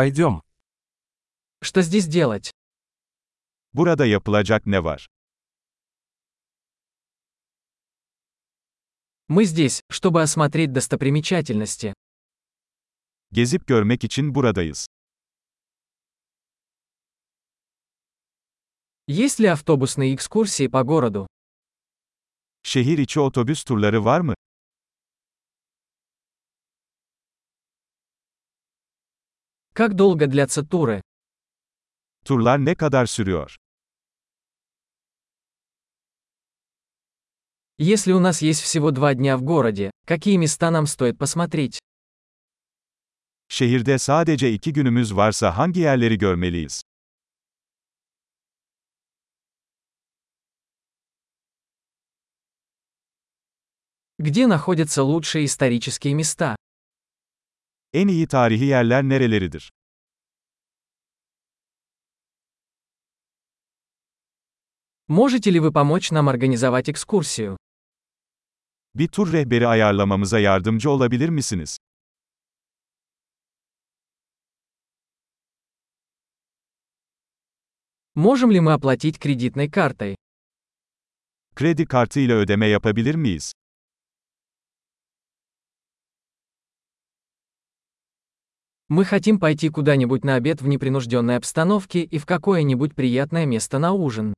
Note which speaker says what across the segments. Speaker 1: Пойдем.
Speaker 2: Что здесь делать?
Speaker 3: Burada yapılacak ne var?
Speaker 2: Мы здесь, чтобы осмотреть достопримечательности.
Speaker 3: Gezip görmek için buradayız.
Speaker 2: Есть ли автобусные экскурсии по городу?
Speaker 3: Şehir içi otobüs turları var mı?
Speaker 2: Как долго длятся туры?
Speaker 3: Turlar ne kadar sürüyor?
Speaker 2: Если у нас есть всего два дня в городе, какие места нам стоит посмотреть?
Speaker 3: Şehirde sadece iki günümüz varsa hangi yerleri görmeliyiz?
Speaker 2: Где находятся лучшие исторические места?
Speaker 3: En iyi tarihi yerler nereleridir?
Speaker 2: Можете ли вы помочь нам организовать экскурсию?
Speaker 3: Bir tur rehberi ayarlamamıza yardımcı olabilir misiniz?
Speaker 2: Можем ли мы оплатить кредитной картой?
Speaker 3: Kredi kartıyla ödeme yapabilir miyiz?
Speaker 2: Мы хотим пойти куда-нибудь на обед в непринужденной обстановке и в какое-нибудь приятное место на ужин.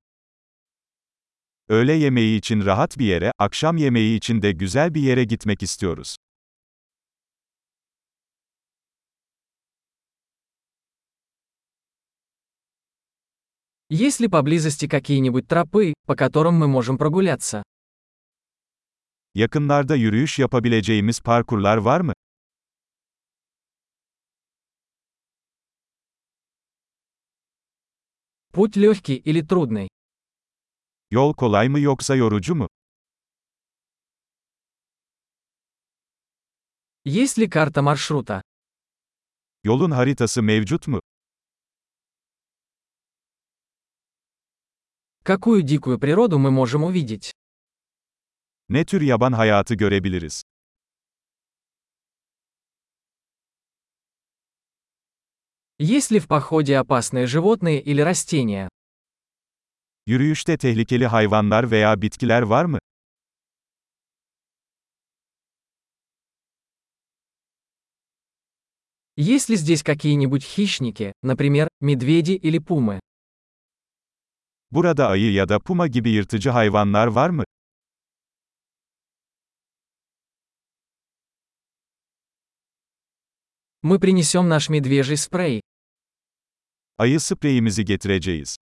Speaker 3: Öğle yemeği için rahat bir yere, akşam yemeği için de güzel bir yere gitmek istiyoruz.
Speaker 2: Есть ли поблизости какие-нибудь тропы, по которым мы можем прогуляться?
Speaker 3: Yakınlarda yürüyüş yapabileceğimiz parkurlar var mı?
Speaker 2: Путь легкий или трудный?
Speaker 3: Yol kolay mı yoksa yorucu mu?
Speaker 2: Есть ли карта маршрута?
Speaker 3: Yolun haritası mevcut mu?
Speaker 2: Какую дикую природу мы можем увидеть?
Speaker 3: Ne tür yaban hayatı görebiliriz?
Speaker 2: Есть ли в походе опасные животные или растения?
Speaker 3: Yürüyüşte tehlikeli hayvanlar veya bitkiler var mı?
Speaker 2: Есть ли здесь какие-нибудь хищники, например, медведи или пумы?
Speaker 3: Burada ayı ya da puma gibi yırtıcı hayvanlar var mı?
Speaker 2: Мы принесем наш медвежий спрей.
Speaker 3: Ayı spreyimizi getireceğiz.